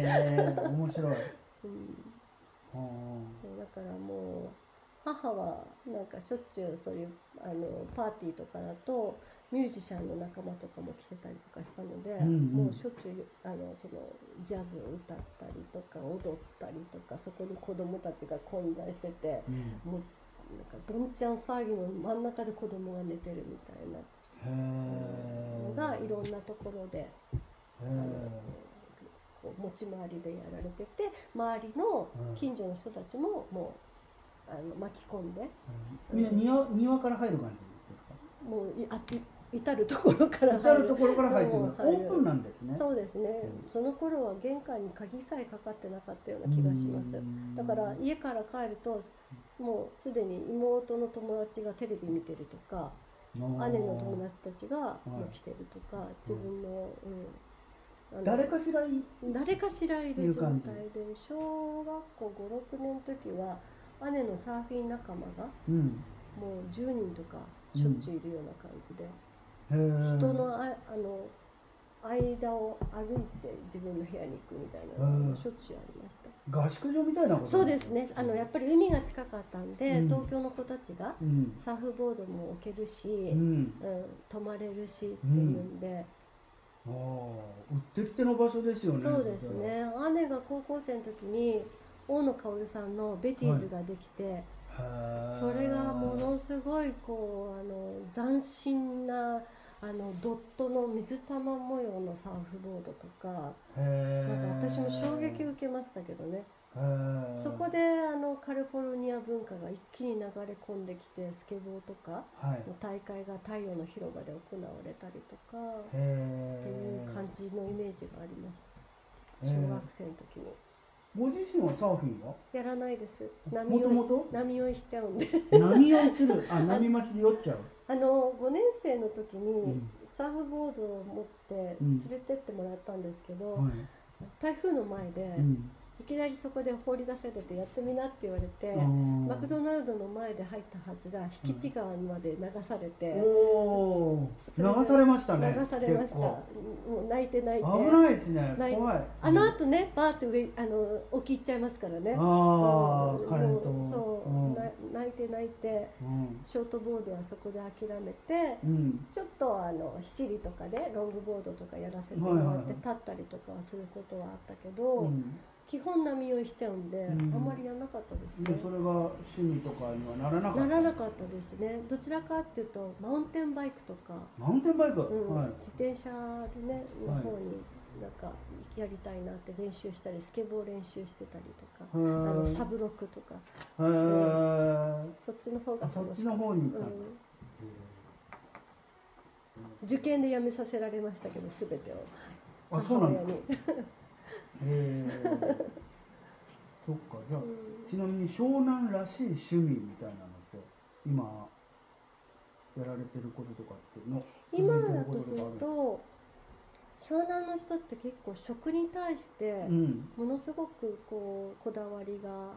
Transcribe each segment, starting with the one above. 白い。ううん、んそうだからもう母はなんかしょっちゅうそういうあのパーティーとかだとミュージシャンの仲間とかも来てたりとかしたので、うんうんもうしょっちゅうあのそのジャズを歌ったりとか踊ったりとかそこに子供たちが混在しててうんもうなんかどんちゃん騒ぎの真ん中で子供が寝てるみたいなへーのがいろんなところで。へあのーこう持ち回りでやられてて周りのうん近所の人たちももうあの巻き込んでうんみんな庭庭から入る感じですかもういあい至る所から至る入とる。ころから入ってるのオそう入るープンなんですねそうですね、うんその頃は玄関に鍵さえかかってなかったような気がしますうんだから家から帰るともうすでに妹の友達がテレビ見てるとか姉の友達たちがもう来てるとか自分の,、うん、あの誰かしらい誰かしらいいるう状感じ態で小学校56年の時は姉のサーフィン仲間がうんもう10人とかしょっちゅういるような感じで、へー人のああの間を歩いて自分の部屋に行くみたいなのうがんしょっちゅうありました、合宿場みたいなことそうですねあのやっぱり海が近かったんで、うん東京の子たちがうんサーフボードも置けるし、ううんん泊まれるしっていうんで、ああうってつけの場所ですよねそうですね姉が高校生の時に大野薫さんの「ベティーズ」ができて、へーそれがものすごいこうあの斬新なあのドットの水玉模様のサーフボードとかへーなんか私も衝撃を受けましたけどねへーそこであのカリフォルニア文化が一気に流れ込んできてスケボーとかはいの大会が太陽の広場で行われたりとかへーっていう感じのイメージがありますへー小学生の時に。ご自身はサーフィンはやらないですも波と酔いもと波酔いしちゃうんで 波をするあ波待ちで酔っちゃうあの5年生の時うにんサーフボードを持ってうん連れてってもらったんですけど、はい台風の前で、うんいきなりそこで放り出せとってやってみなって言われて、ママクドナルドの前で入ったはずが引地川にまで流されて、おおそれで流されましたね流されました、結構もう泣いて泣いて危ないですね泣い怖いあのあとねバーって上あの沖行っちゃいますからねあうんあ彼ともうそう、んな泣いて泣いてうんショートボードはそこで諦めてうんちょっとあの七里とかでロングボードとかやらせてもらはいっはいはてい立ったりとかはすることはあったけど、うん基本波酔いしちゃうんで、うんあんまりやらなかったですでねもそれが趣味とかにはならなかったならなかったですねどちらかっていうとマウンテンバイクとか、マウンテンバイクうんはい自転車でねのはい方になんかやりたいなって練習したりスケボー練習してたりとか、へあーのサブロックとかへーそっちの方があそっ楽ちしかのっ方に行た、っうたんだん、受験でやめさせられましたけど全てをあそうなん母です親かにへえそっかじゃあうんちなみに湘南らしい趣味みたいなのって今やられてることとかっていうの今続いてだることとするかあると湘南の人って結構食に対してうんものすごくこうこだわりが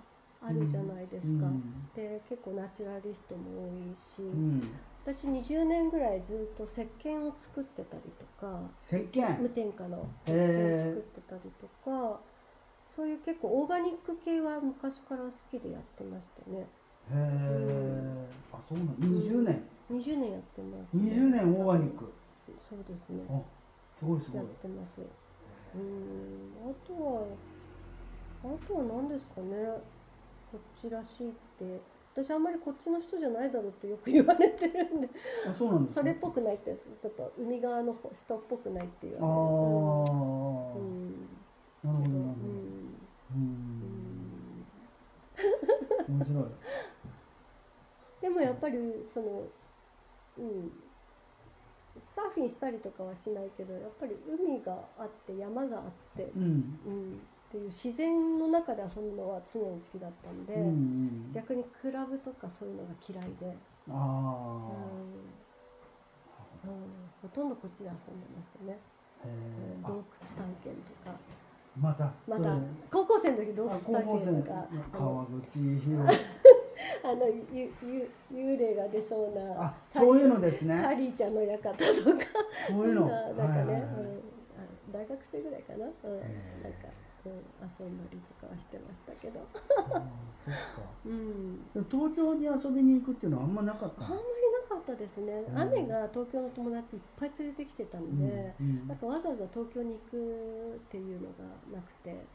あるじゃないですか、うんで結構ナチュラリストも多いし、うん、私20年ぐらいずっと石鹸を作ってたりとか石無鹸添加の石へー鹸を作ってたりとかそういう結構オーガニック系は昔から好きでやってましたねへえあそうなん20年20年やってます、ね、 20年オーガニックそうですねあすごいすごやいってますうーんあとはあとは何ですかねこっちらしいって私あんまりこっちの人じゃないだろうってよく言われてるんであそうなんですかそれっぽくないってちょっと海側の方人っぽくないって言ああわれるうんなるほどなるほどけうんどうんうん面白いでもやっぱりそのうんサーフィンしたりとかはしないけどやっぱり海があって山があって、うんうん、っていう自然の中で遊ぶのは常に好きだったんで、うんうん逆にクラブとかそういうのが嫌いで、うんあうんほとんどこっちで遊んでましたね、あへうえんあ洞窟探検とかまたまそたれ高校生の時洞あ窟高校探生検のとかあ川の口博 士あのゆゆ幽霊が出そうなあサリそういうのですサねリーちゃんの館とかそういうの なんかね、はいはいはいうんあの大学生ぐらいかな、うんへーなんかうん、遊んだりとかはしてましたけど、あーそっかうん、で東京に遊びに行くっていうのはあんまなかっあたんまりなかったですね、うん姉が東京の友達いっぱい連れてきてたんで、うんうんなんかわざわざ東京に行くっていうのがなくて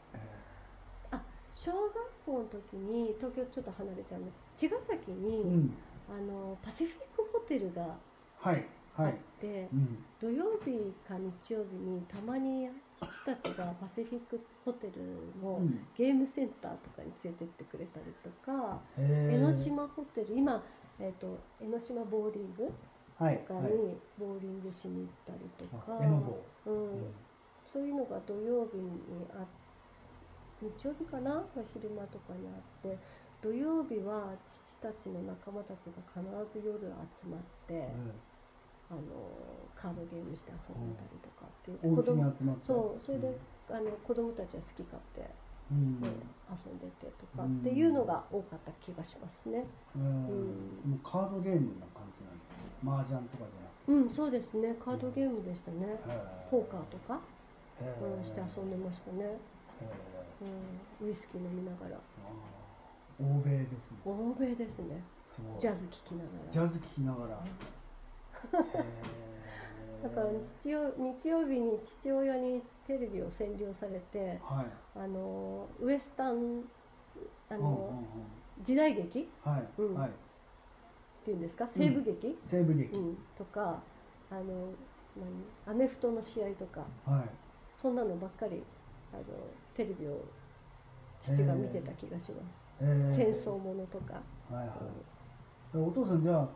小学校の時に東京ちょっと離れちゃうんで茅ヶ崎に、うんあのパシフィックホテルがはいあはっい、て、うん、土曜日か日曜日にたまに父たちがパシフィックホテルのうんゲームセンターとかに連れてってくれたりとか、へー江ノ島ホテル今、えー、と江ノ島ボーリングはいとかはいにボーリングしに行ったりとか、あ江ノ坊うんうんそういうのが土曜日にあ日曜日かな昼間とかにあって土曜日は父たちの仲間たちが必ず夜集まって。あのカードゲームして遊んだりとかっていう、うんお子家供に集まってそうそれで、あの子供たちは好き勝手、うん遊んでてとかうっんていうのが多かった気がしますねうんもうカードゲームな感じなんだ麻雀とかうん、そうですねカードゲームでしたね、じゃなくてポーカーとか、へーうん、して遊んでましたね、へうん、ウイスキー飲みながーらあー欧米ですね欧米ですねすごいジャズ聴きなジがらャズ聴きながらへーだから日曜日曜日に父親にテレビを占領されてはいあのウエスタンあうんうんうんの、時代劇はい、うんはいっていうんですか西部劇、西部う劇、んとかあの何アメフトの試合とかはいそんなのばっかりあのテレビを父が見てた気がしまへーす、戦争ものとか、はいはいえお父さんじゃあ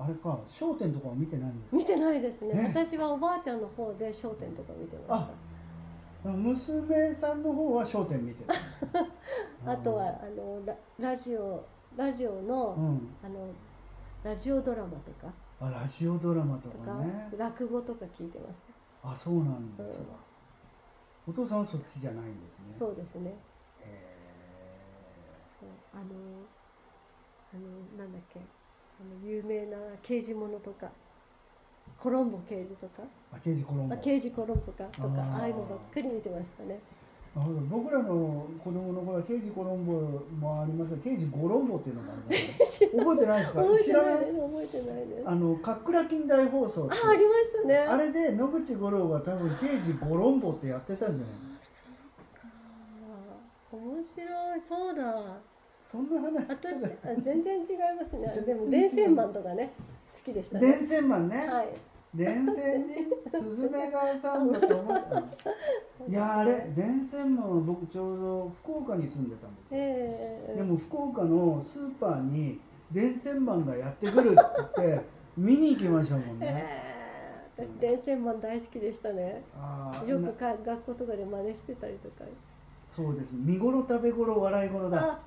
あれか『笑点』とかは見てないんですか見てないですねね私はおばあちゃんの方で『笑点』とか見てましあ娘さんの方は『笑点』見てるたあとはあのララジオラジオの,、うんあのラジオドラマとかあラジオドラマととかか、ね落語とか聞いてました、あそうなんですが、お父さんはそっちじゃないんですねそうですねへそうあのあのなんだっけあの有名な刑事ものとかコロンボ刑事とか、ーあ刑事コロンボあ刑事コロンボかとあかーああいうのばっかり見てましたねなるほど僕らの子供の頃は刑事コロンボもありますが刑事ゴロンボっていうのもあります ね覚えてないですか覚え知てらなないいです覚えてないですああのカックラ近代放送ってありましたねあれで野口五郎が多分刑事ゴロンボってやってたんじゃないあー面白いそうだそんな話私あ全然違いますねでも電線マンとかね好きでしたね電線マンね、はい電線にスズメがサンバと思ったのいやあれ電線マンは僕ちょうど福岡に住んでたんですよ、えでえも福岡のスーパーに電線マンがやってくるって 言って見に行きましたもんえね、え私電線マン大好きでしたねああよくか学校とかで真似してたりとかそうです見頃食べ頃笑い頃だあ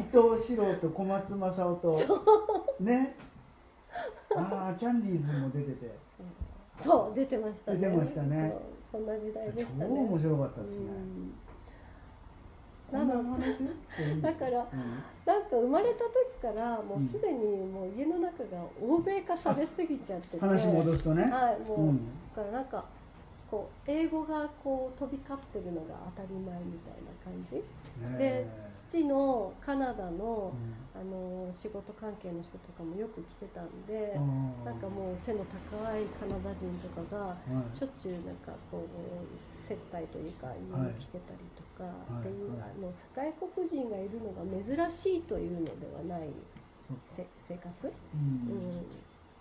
伊藤四郎と小松政夫とねああキャンディーズも出ててそう出てましたね出てましたねそうそんな時代でした超ね面白かったですね、うこんんななの話していいんですだからうんなんか生まれた時からもうすでにもう家の中が欧米化されすぎちゃってて話戻すとね、はいもう、うんだからなんかこう英語がこう飛び交ってるのが当たり前みたいな感じねでえ父のカナダうんの、あの仕事関係の人とかもよく来てたんで、うんなんかもう背の高いカナダ人とかがはいしょっちゅうなんかこう接待というか家に来てたりとかいっていう、はいあの外国人がいるのが珍しいというのではないそうかせ生活、ううんん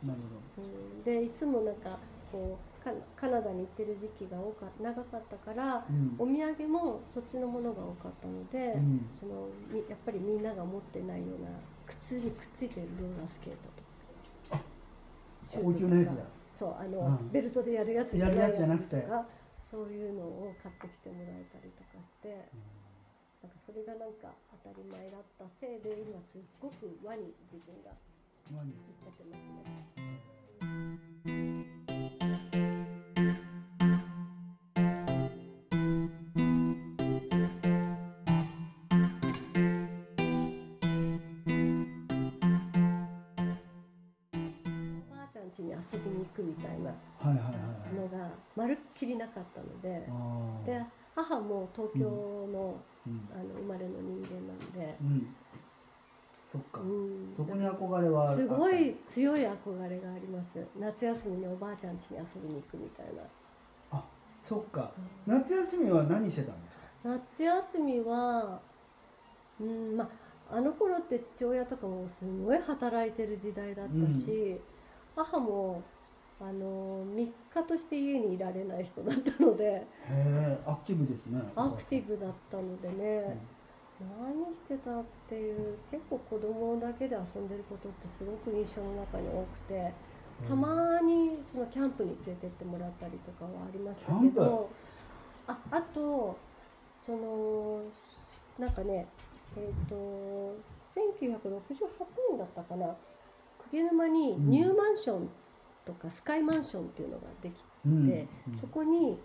なるうんでいつもなんかこうカナカナダに行ってる時期が多か長かったからほど、うんお土産もそっちのものが多かったので。うんそのみやっぱりみんなが持ってないような靴にくっついてるローラースケートとかシューズとか高級なやつだそうあの、うんベルトでやるやつじゃないややるやつつじゃなくとてかそういうのを買ってきてもらえたりとかしてなんかそれがなんか当たり前だったせいで今すっごく輪に自分がまあねいっちゃってますね。おばあちゃん家に遊びに行くみたいなはいはいはいはいのがまるっきりなかったのであーで母も東京の,、うんあの生まれの人間なんで、うんそっか、うんそこに憧れはあすごい強い憧れがあります夏休みにおばあちゃん家に遊びに行くみたいなあそっか夏休みは何してたんですか夏休みはうんまああの頃って父親とかもすごい働いてる時代だったし、母もあの3日として家にいられない人だったのでへえアクティブですねアクティブブだったのでね、何してたっていう結構子供だけで遊んでることってすごく印象の中に多くてたまにそのキャンプに連れてってもらったりとかはありましたけどああとそのなんかねえっ、と1968年だったかな鵠沼にニューマンションとかスカイマンションっていうのができて、うんうんそこに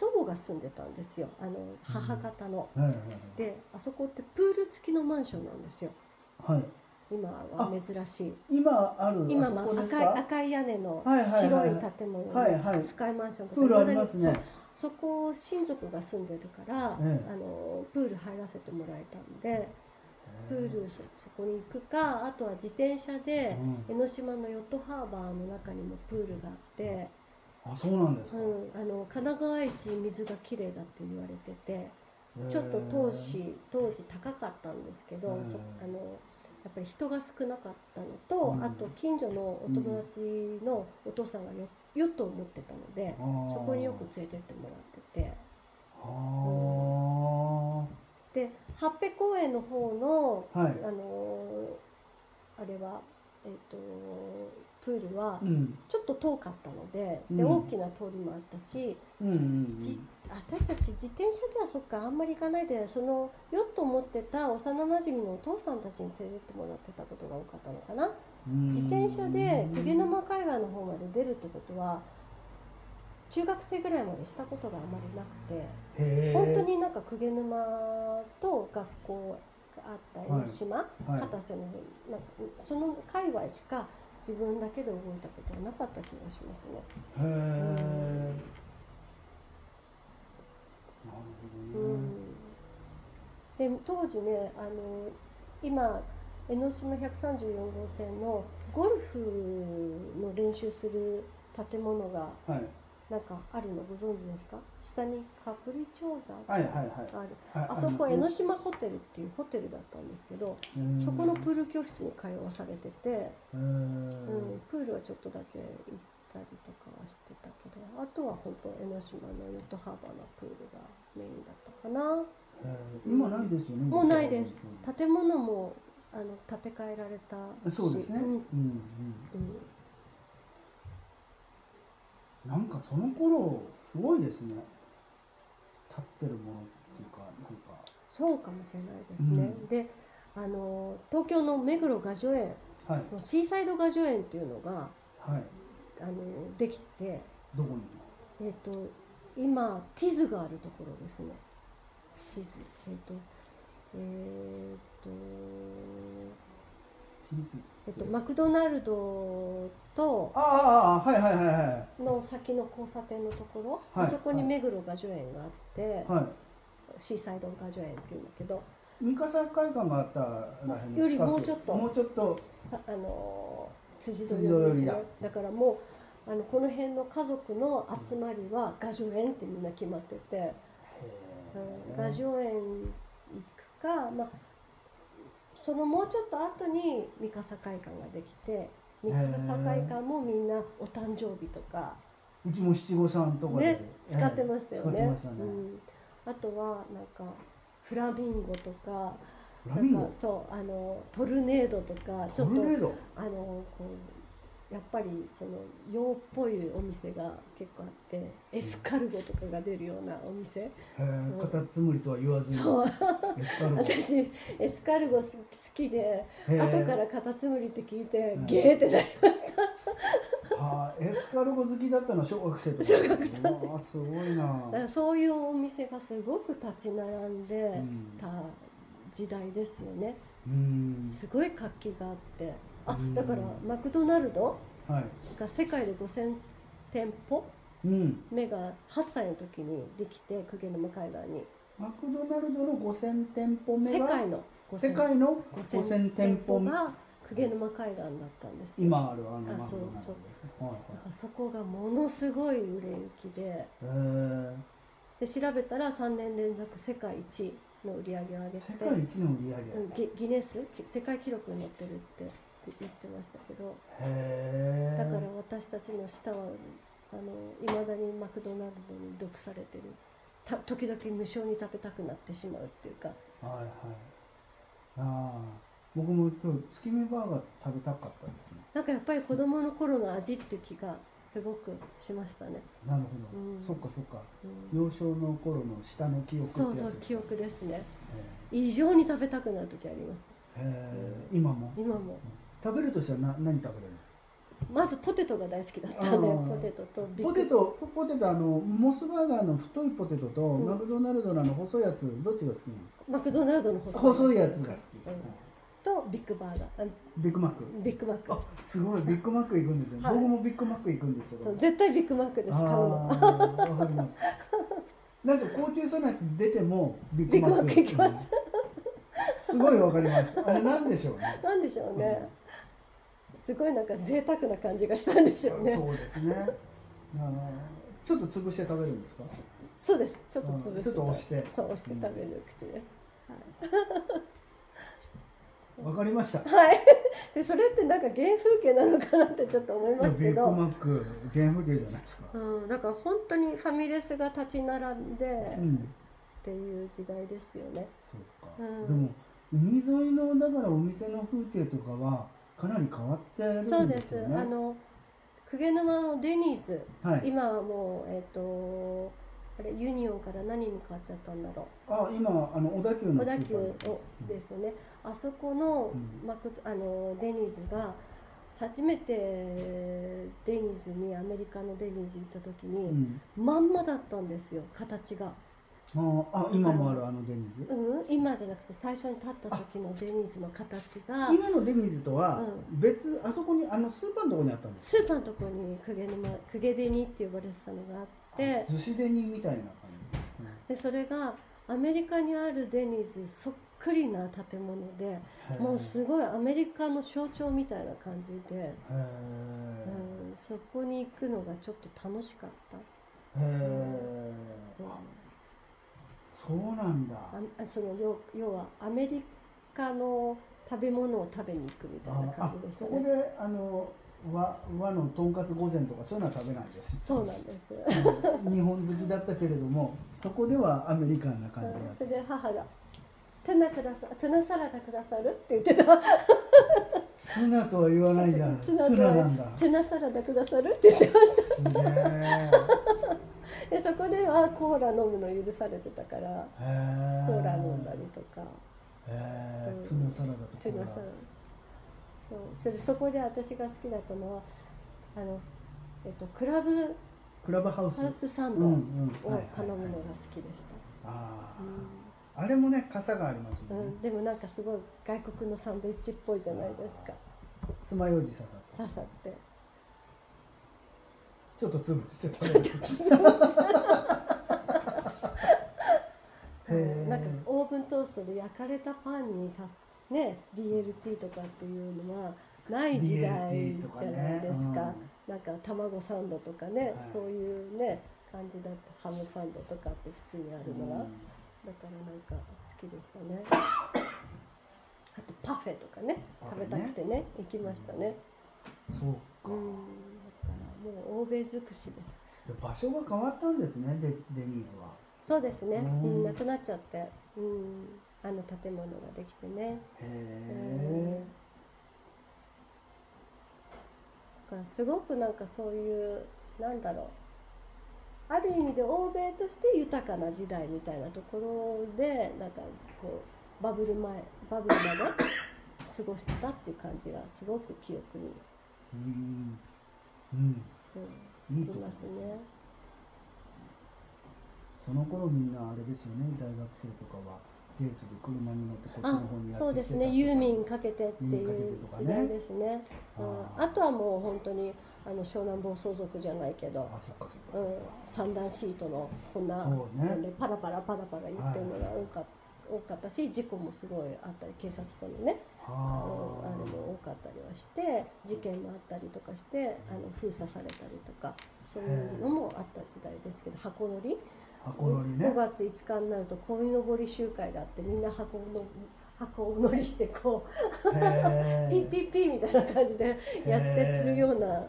祖母が住んでたんですよあの母方の。はいはいであそこってプール付きのマンションなんですよはいはい今は珍しい今ある今あまそこあです赤いか赤い屋根のはいはいは白いいはい建物はいのはいスカイマンションとプかールあり未まだにすねそうそこを親族が住んでるから、ええあのプール入らせてもらえたんでプールそそこに行くかあとは自転車で江ノ島のヨットハーバーの中にもプールがあって、あそうなんですうか、ん、あの神奈川一水が綺麗だって言われてて。ちょっと当時当時高かったんですけど、うんそあのやっぱり人が少なかったのと、うんあと近所のお友達のお父さんがヨヨットを持ってたので、そこによく連れてってもらってあてで八戸公園の方の、あはいあのあれは、えっとプールはうんちょっと遠かったので,、でうん大きな通りもあったし、うんうんうんじ私たち自転車ではそっかあんまり行かないでそのヨットを持ってた幼なじみのお父さんたちに連れてってもらってたことが多かったのかなうん自転車で鵠沼海岸の方まで出るってことは中学生ぐらいまでしたことがあまりなくてへー本当になんか鵠沼と学校があった江ノ島、はい片瀬の方になんかその界隈しか自分だけで動いたことはなかった気がしますね。へえなるほどうねんで当時ねあの今江ノ島134号線のゴルフの練習する建物がはいなんかあるのご存知ですか下にカプリチョーザはいはいがはいあるはいあそこ江りまノす島ホテルっていうホテルだったんですけどねうんそこのプール教室に通わされてて、へーうん、プールはちょっとだけ行ったりとかはしてたけどあとは本当江ノ島のヨットハーバーのプールがメインだったかな。へー今ないですよねもうないですうん。建物もあの建て替えられたし。そうですね。うんんうん。うんなんかその頃すごいですね。立ってるものっていうかなんかそうかもしれないですね。うで、あの東京の目黒雅叙園はいのシーサイド雅叙園っていうのがはいあのできて、どこにえっ、と今ティズがあるところですね。ティズえっ、とえっ、と秘密えっ、とマクドナルドとああああはいはいはいはの先の交差点のところ、はいあそこに目黒雅叙園があって。いはい。シーサイド果樹園っていうんだけど三笠会館があったらへんよりもうちょっともうちょっとさあのー辻堂辻堂ですねよりだからもうあのこの辺の家族の集まりは果樹園ってみんな決まっててうんへ果ー樹園行くか、まあ、そのもうちょっと後に三笠会館ができて三笠会館もみんなお誕生日とかうちも七五三とかでね使ってましたよね使ってましたねう。ん、あとはなんかフラミンゴとか。フなラミんンかゴそうあのトルネードとかちょっとトルネードあのこうやっぱりその洋っぽいお店が結構あってエスカルゴとかが出るようなお店、へーカタツムリとは言わずにそうエスカルゴ私エスカルゴす好きでへー後からカタツムリって聞いてうんゲーってなりましたあーエスカルゴ好きだったのは小学生とか小学生すごいなだからそういうお店がすごく立ち並んでんた時代ですよねうんすごい活気があってあうんだからマクドナルドはいが世界で5000店舗うん、目が8歳の時にできて公家の向かい側にマクドナルドの5000店舗目世が界の5000世界の5000 5000店店舗舗目が公家の向かい側になったんですよ今あるあのマクドナルドねあそうそうはいだからそこがものすごい売れ行きではいへで調べたら3年連続世界一の売り上げを上えげ世て界一の売り上げへうんギギネスき世界記録になってるって言ってましたけどえだから私たちの舌はいまだにマクドナルドに毒されてるた時々無償に食べたくなってしまうっていうかはいはいああ僕も今日月見バーガー食べたかったですねなんかやっぱり子どもの頃の味って気がすごくしましたね、なるほど、うんそっかそっかうん幼少の頃の下の記憶ってやそうつそう記憶へですね異常に食べたくなる時ありますえへえ今も今も食べるとしたらな何食べれるんですかまずポテトが大好きだったんであーポテトとビッポグテトポポテトあのモスバーガーの太いポテトと、んマクドナルドのあの細いやつどっちが好きなんですかマクドナルドの細細いやつが好き、うんとビッグバーガーあビッグマックビッグマックあすごいビッグマック行くんですよ、はい僕もビッグマック行くんですよそう絶対ビッグマックです買うのあーわかりますなんか高級そうなやつ出てもビッグマックビッグマック行きますすごいわかりますあれなんでしょうねなんでしょうねすごいなんか贅沢な感じがしたんでしょうねそうですねあーちょっと潰して食べるんですかそうですちょっと潰してちょっと押してそう押して食べる口です、わかりましたいはいでそれってなんか原風景なのかなってちょっと思いやますビけッグどマック原風景じゃないですかうん、なんか本当にファミレスが立ち並んでうっんていう時代ですよね。そうか、うんでも海沿いのだからお店の風景とかはかなり変わってるんですそようねです。あの鵠沼のデニーズ、はい今はもうえっ、とあれユニオンから何に変わっちゃったんだろう。あ今あの小田急の小田ス急ーパーをですよね、あそこのうんマクドあのデニーズが初めてデニーズにアメリカのデニーズ行ったう時に、んまんまだったんですよ形が、あーあ今もあるあのデニーズうん、今じゃなくて最初に立った時のデニーズの形が今のデニーズとはう別、あそこにあのスーパーのとこにあったんですスーパーのところに公家沼公家デニって呼ばれてたのがあって寿司デニみたいな感じ、でそれがアメリカにあるデニーズにそっくりな建物でんもうすごいアメリカの象徴みたいな感じで。へうん、そこに行くのがちょっと楽しかった、え、へえうんそうなんだああその要要はアメリカの食べ物を食べに行くみたいなああ感じでしそたこねであの和和のとんかつ御膳とかそういうのは食べないですそうなんです日本好きだったけれどもそこではアメリカンな感じだったそれで母が「トゥナくださトゥナサラダくださる?」って言ってたツナとは言わないんだ 「ツナなんだトゥナサラダくださる?」って言ってましすげ えたでそこではコーラ飲むの許されてたからへえコーラ飲んだりとかへえうんツナサラダとトゥナサラダそうそれでそこで私が好きだったのはあの、えっと、クラブクラブハウスハウスサンうドんうをんはいはい頼むのはいが好きでしあた、うああれもね傘がありますんもんねうんでもなんかすごい外国のサンドイッチっぽいじゃないですか爪楊枝刺さって刺さってちょっと潰して食 べるそうへーなんかオーブントーストで焼かれたパンにさね BLT とかっていうのはない時代 BLT とかじゃねないですかうんなんか卵サンドとかね、はいそういうね感じだったハムサンドとかって普通にあるのは、だからなんか好きでした ねあとパフェとかねパ食フェべねたくてね行きましたねそううかんだからもう欧米尽くしです場所が変わったんですねデデニーズはそうですね、うんうん、なくなっちゃって、うん、あの建物ができてねへえだからすごくなんかそういうなんだろうある意味で欧米として豊かな時代みたいなところでなんかこうバブル前バブルまで過ごしてたっていう感じがすごく記憶に、うんうんうん、いいとありこまですすねね。その頃みんなあれですよね大学生とかはデートで車に乗ってこっちのあ方にやってきてたそうですねユーミンかかけてってユーミンかけいてうとか時ね代ですね、うんあーあとはもう本当にあの湘南暴走族じゃないけど、あそっかそっかそっうか、ん三段シートのこんな、そうねなんでパラパラパラパラ言ってるのがはい多か,、多かったし事故もすごいあったり警察とのねうんあはれも多かったりはして事件もあったりとかしてあの封鎖されたりとかそういうのもあった時代ですけど箱乗りあ箱乗りね5月5日になると鯉のぼり集会があってみんな箱の箱乗りしてこうへー ピッピッピッみたいな感じでやってるような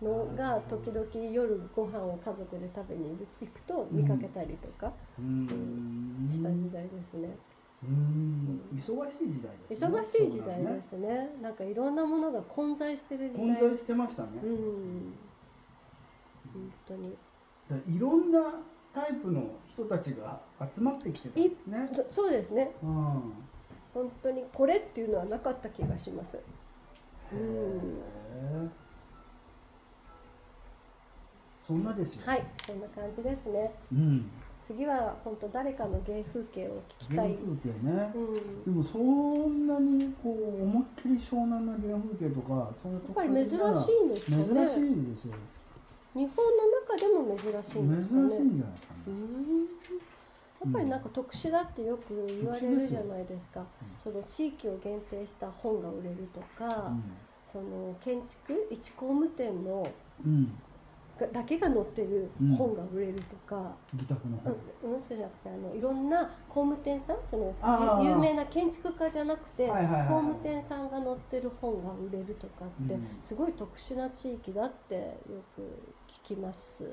のへーが時々夜ご飯を家族で食べに行くと見かけたりとかうーんした時代ですね。うーん忙しい時代です、ね、忙しい時代そうだでねすねなんかいろんなものが混在してる時混代在してましたね、うだかん本当にらいろんなタイプの人たちが集まってきてたんですねそそうですねうん本当にこれっていうのはなかった気がしますへうんーそんなですよ、はいそんな感じですねうん次は本当誰かの芸風景を聞きた原い風景ねう、んでもそんなにこう思いっきり湘南の原風景とかそういうやとっこぱろり珍しいんですかね珍しいんですよ日本の中でも珍しいん珍でしすいかねんじゃないですかね、うんやっぱりなんか特殊だってよく言われるじゃないですか、その地域を限定した本が売れるとか、その建築一工務店のうん、うん、がだけが載ってる本が売れるとか、自宅のう方、んうん、そうじゃなくてあのいろんな工務店さんそのあーゆ有名な建築家じゃなくて、はいはいはい工務店さんが載ってる本が売れるとかって、うんすごい特殊な地域だってよく聞きます、確かに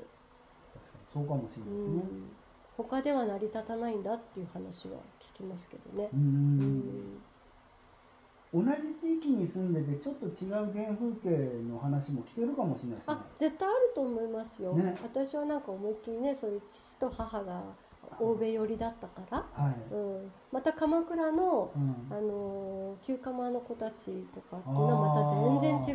そうかもしれうないですねん、他では成り立たないんだっていう話は聞きますけどねう、うんん同じ地域に住んでてちょっと違う原風景の話も聞けるかもしれないですねあ絶対あると思いますよ、ね私はなんか思いっきりねそういう父と母が欧米寄りだったから、はい、うん、また鎌倉の、うんあのー旧鎌の子たちとかっていうのはまた全然違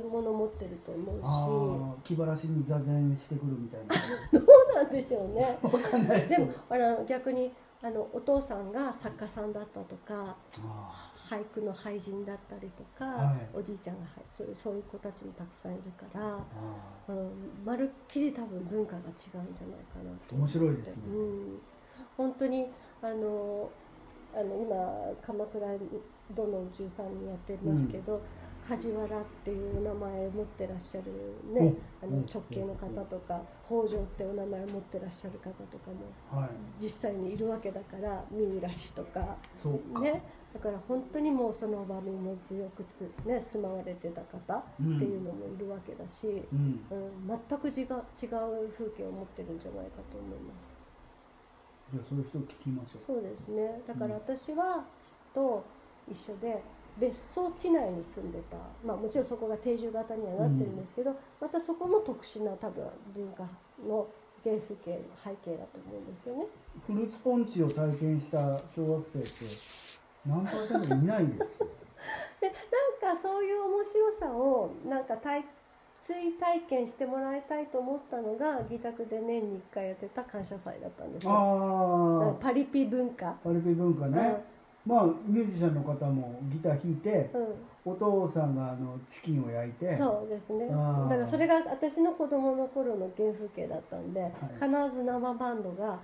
うもの持ってると思うしあー気晴らしに座禅してくるみた いなそうなんでしょうねわかんないですでもあの逆にあのお父さんが作家さんだったとかあ俳句の俳人だったりとか、はいおじいちゃんがはいそういうそういう子たちもたくさんいるから。ーあうん、まるっきり多分文化が違うんじゃないかなーと面白いですね、うん、本当にあのあの今鎌倉殿13人やってますけど、梶原っていうお名前を持ってらっしゃるね、うあんのうん直系の方とか、北条ってお名前を持ってらっしゃる方とかもはい実際にいるわけだから三浦氏とかそうか、ねだから本当にもうその場に根強くつ、ね、住まわれてた方っていうのもいるわけだし。うん、うん、全く違う違う風景を持ってるんじゃないかと思います。じゃあそういう人を聞きましょうそうですね。だからうん私は父と一緒で別荘地内に住んでた。まあもちろんそこが定住型にはなってるんですけど、またそこも特殊な多分文化の原風景の背景だと思うんですよね。フルーツポンチを体験した小学生って何パーセントもいないんですよ でなんかそういう面白さをなんか体追体験してもらいたいと思ったのが義宅で年に1回やってた感謝祭だったんですよ。ああパリピ文化。パルペ文化ね、まあミュージシャンの方もギター弾いてう、んお父さんがあのチキンを焼いてそうですねあーだからそれが私の子供の頃の原風景だったんで、必ず生バンドが、は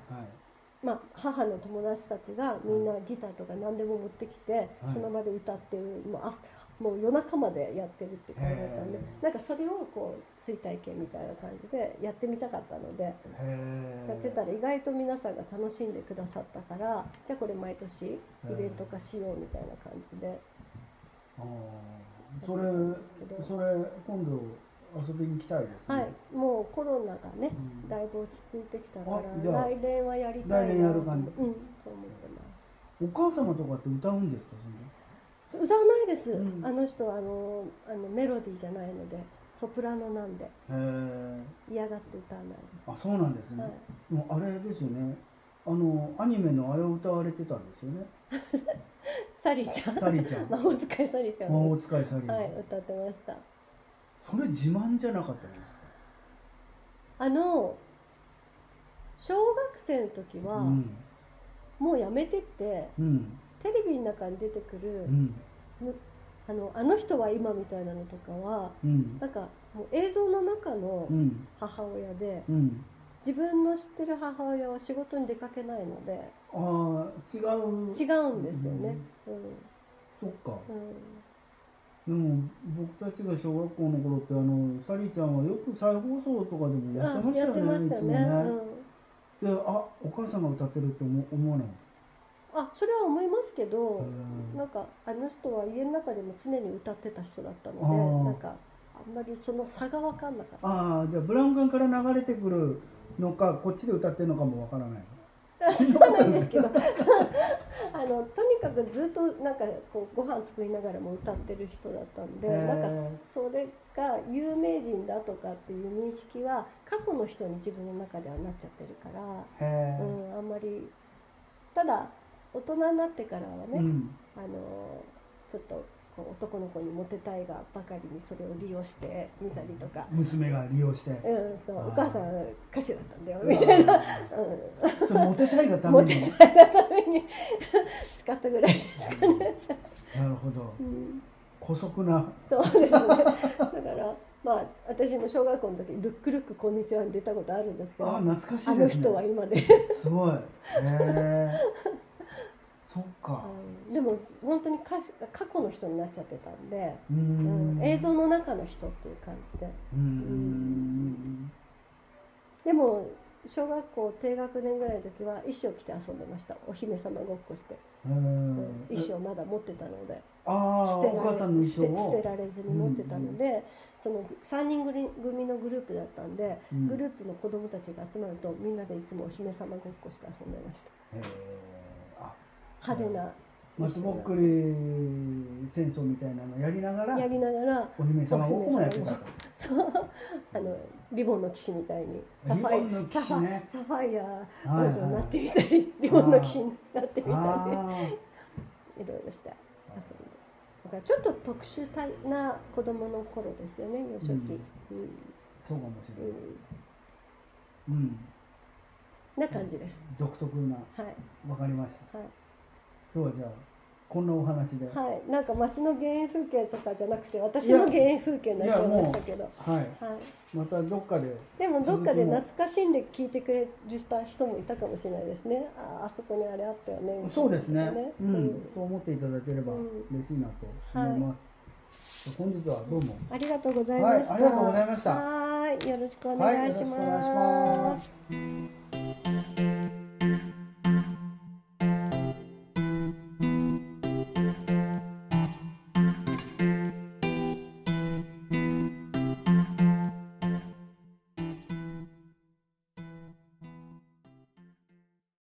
い、まあ、母の友達たちがみんなギターとか何でも持ってきて、その場で歌ってるもう朝もう夜中までやってるって感じだったんでへなんかそれをこう追体験みたいな感じでやってみたかったので。へえやってたら意外と皆さんが楽しんでくださったからじゃあこれ毎年イベント化しようみたいな感じであーそれそれ今度遊びに来たいですね、はい、もうコロナがね、うんだいぶ落ち着いてきたかあじゃあら、来年はやりたい来なと年やる感じうん、そう思ってます。お母様とかって歌うんですか歌わないです。うんあの人はあの、あのメロディーじゃないので、ソプラノなんで、そのへえ嫌がって歌わないです。あそうなんですね、はいでもあれですよねあのアニメのあれを歌われてたんですよねサリーちゃん、サリーちゃん 魔法使いサリーちゃん魔が法使いサリー、はい、歌ってました。それ自慢じゃなかったですかあの、小学生の時は、うんもうやめてて、うんテレビの中に出てくるう、んむあのあの人は今みたいなのとかはうんなんかもう映像の中のうん母親でうん自分の知ってる母親は仕事に出かけないのでああ違う違うんですよね。うんそっかうんでも僕たちが小学校の頃ってあのサリーちゃんはよく再放送とかでもやあってましたやってまよねしたよね。いつもねうんであお母さんが歌ってるって思思わないあそれは思いますけうど、んなんかあの人は家の中でも常に歌ってた人だったのあーでなんかあんまりその差が分かんなかったああじゃあブラウン管から流れてくるのかこっちで歌ってるのかもわからないわかんないんですけど あのとにかくずっとなんかこうご飯作りながらも歌ってる人だったんでへーなんかそれが有名人だとかっていう認識は過去の人に自分の中ではなっちゃってるから、へえうん、あんまりただ大人になってからはね、うんあのちょっとこう男の子にモテたいがばかりにそれを利用してみたりとか、娘が利用してうん、そうあーお母さん歌手だったんだよみたいな、うそうモテたいがたん、め モにテたいがために 使ったぐらいです、なるほどうん、姑息なそうですねだからまあ私も小学校の時「ルックルックこんにちは」に出たことあるんですけどあ懐かしいですねあの人は今で、 すごいへえそっかうんでも本当に歌手過去の人になっちゃってたんで、うーうんん映像の中の人っていう感じで。うーんでも小学校低学年ぐらいの時は衣装着て遊んでましたお姫様ごっこして、うーん衣装まだ持ってたのでああお母さんの衣捨装て捨をてられずに持ってたので、その3人組組のグループだったんで、うんグループの子供たちが集まるとみんなでいつもお姫様ごっこして遊んでましたへーあ派手な松ぼっくり戦争みたいなのやりながらやりながらお姫様ごっこもやってたとあのリボンの騎士みたいにサファリボンのイ騎士サファイねサファイア王はいはい女になってみたり、リボンの騎士になってみたりあーいろいろして遊んでだからちょっと特殊体な子供の頃ですよね幼少期、うんそうかもしれうないんうんな感じです独特なはいわかりましたは今日はじゃあこんなお話でい、はい、なんか街の原園風景とかじゃなくて私の原園風景になっちゃいましたけどはいはいまたどっかででもどっかで続きも懐かしんで聞いてくれる人もいたかもしれないですねあーあそこにあれあったよねみたいなそうですねとかねううんん、そう思っていただければうん嬉しいなと思います、本日はどうもありがとうございました、はいありがとうございましたはーいよろしくおはいよ願ろいししくおます、願いします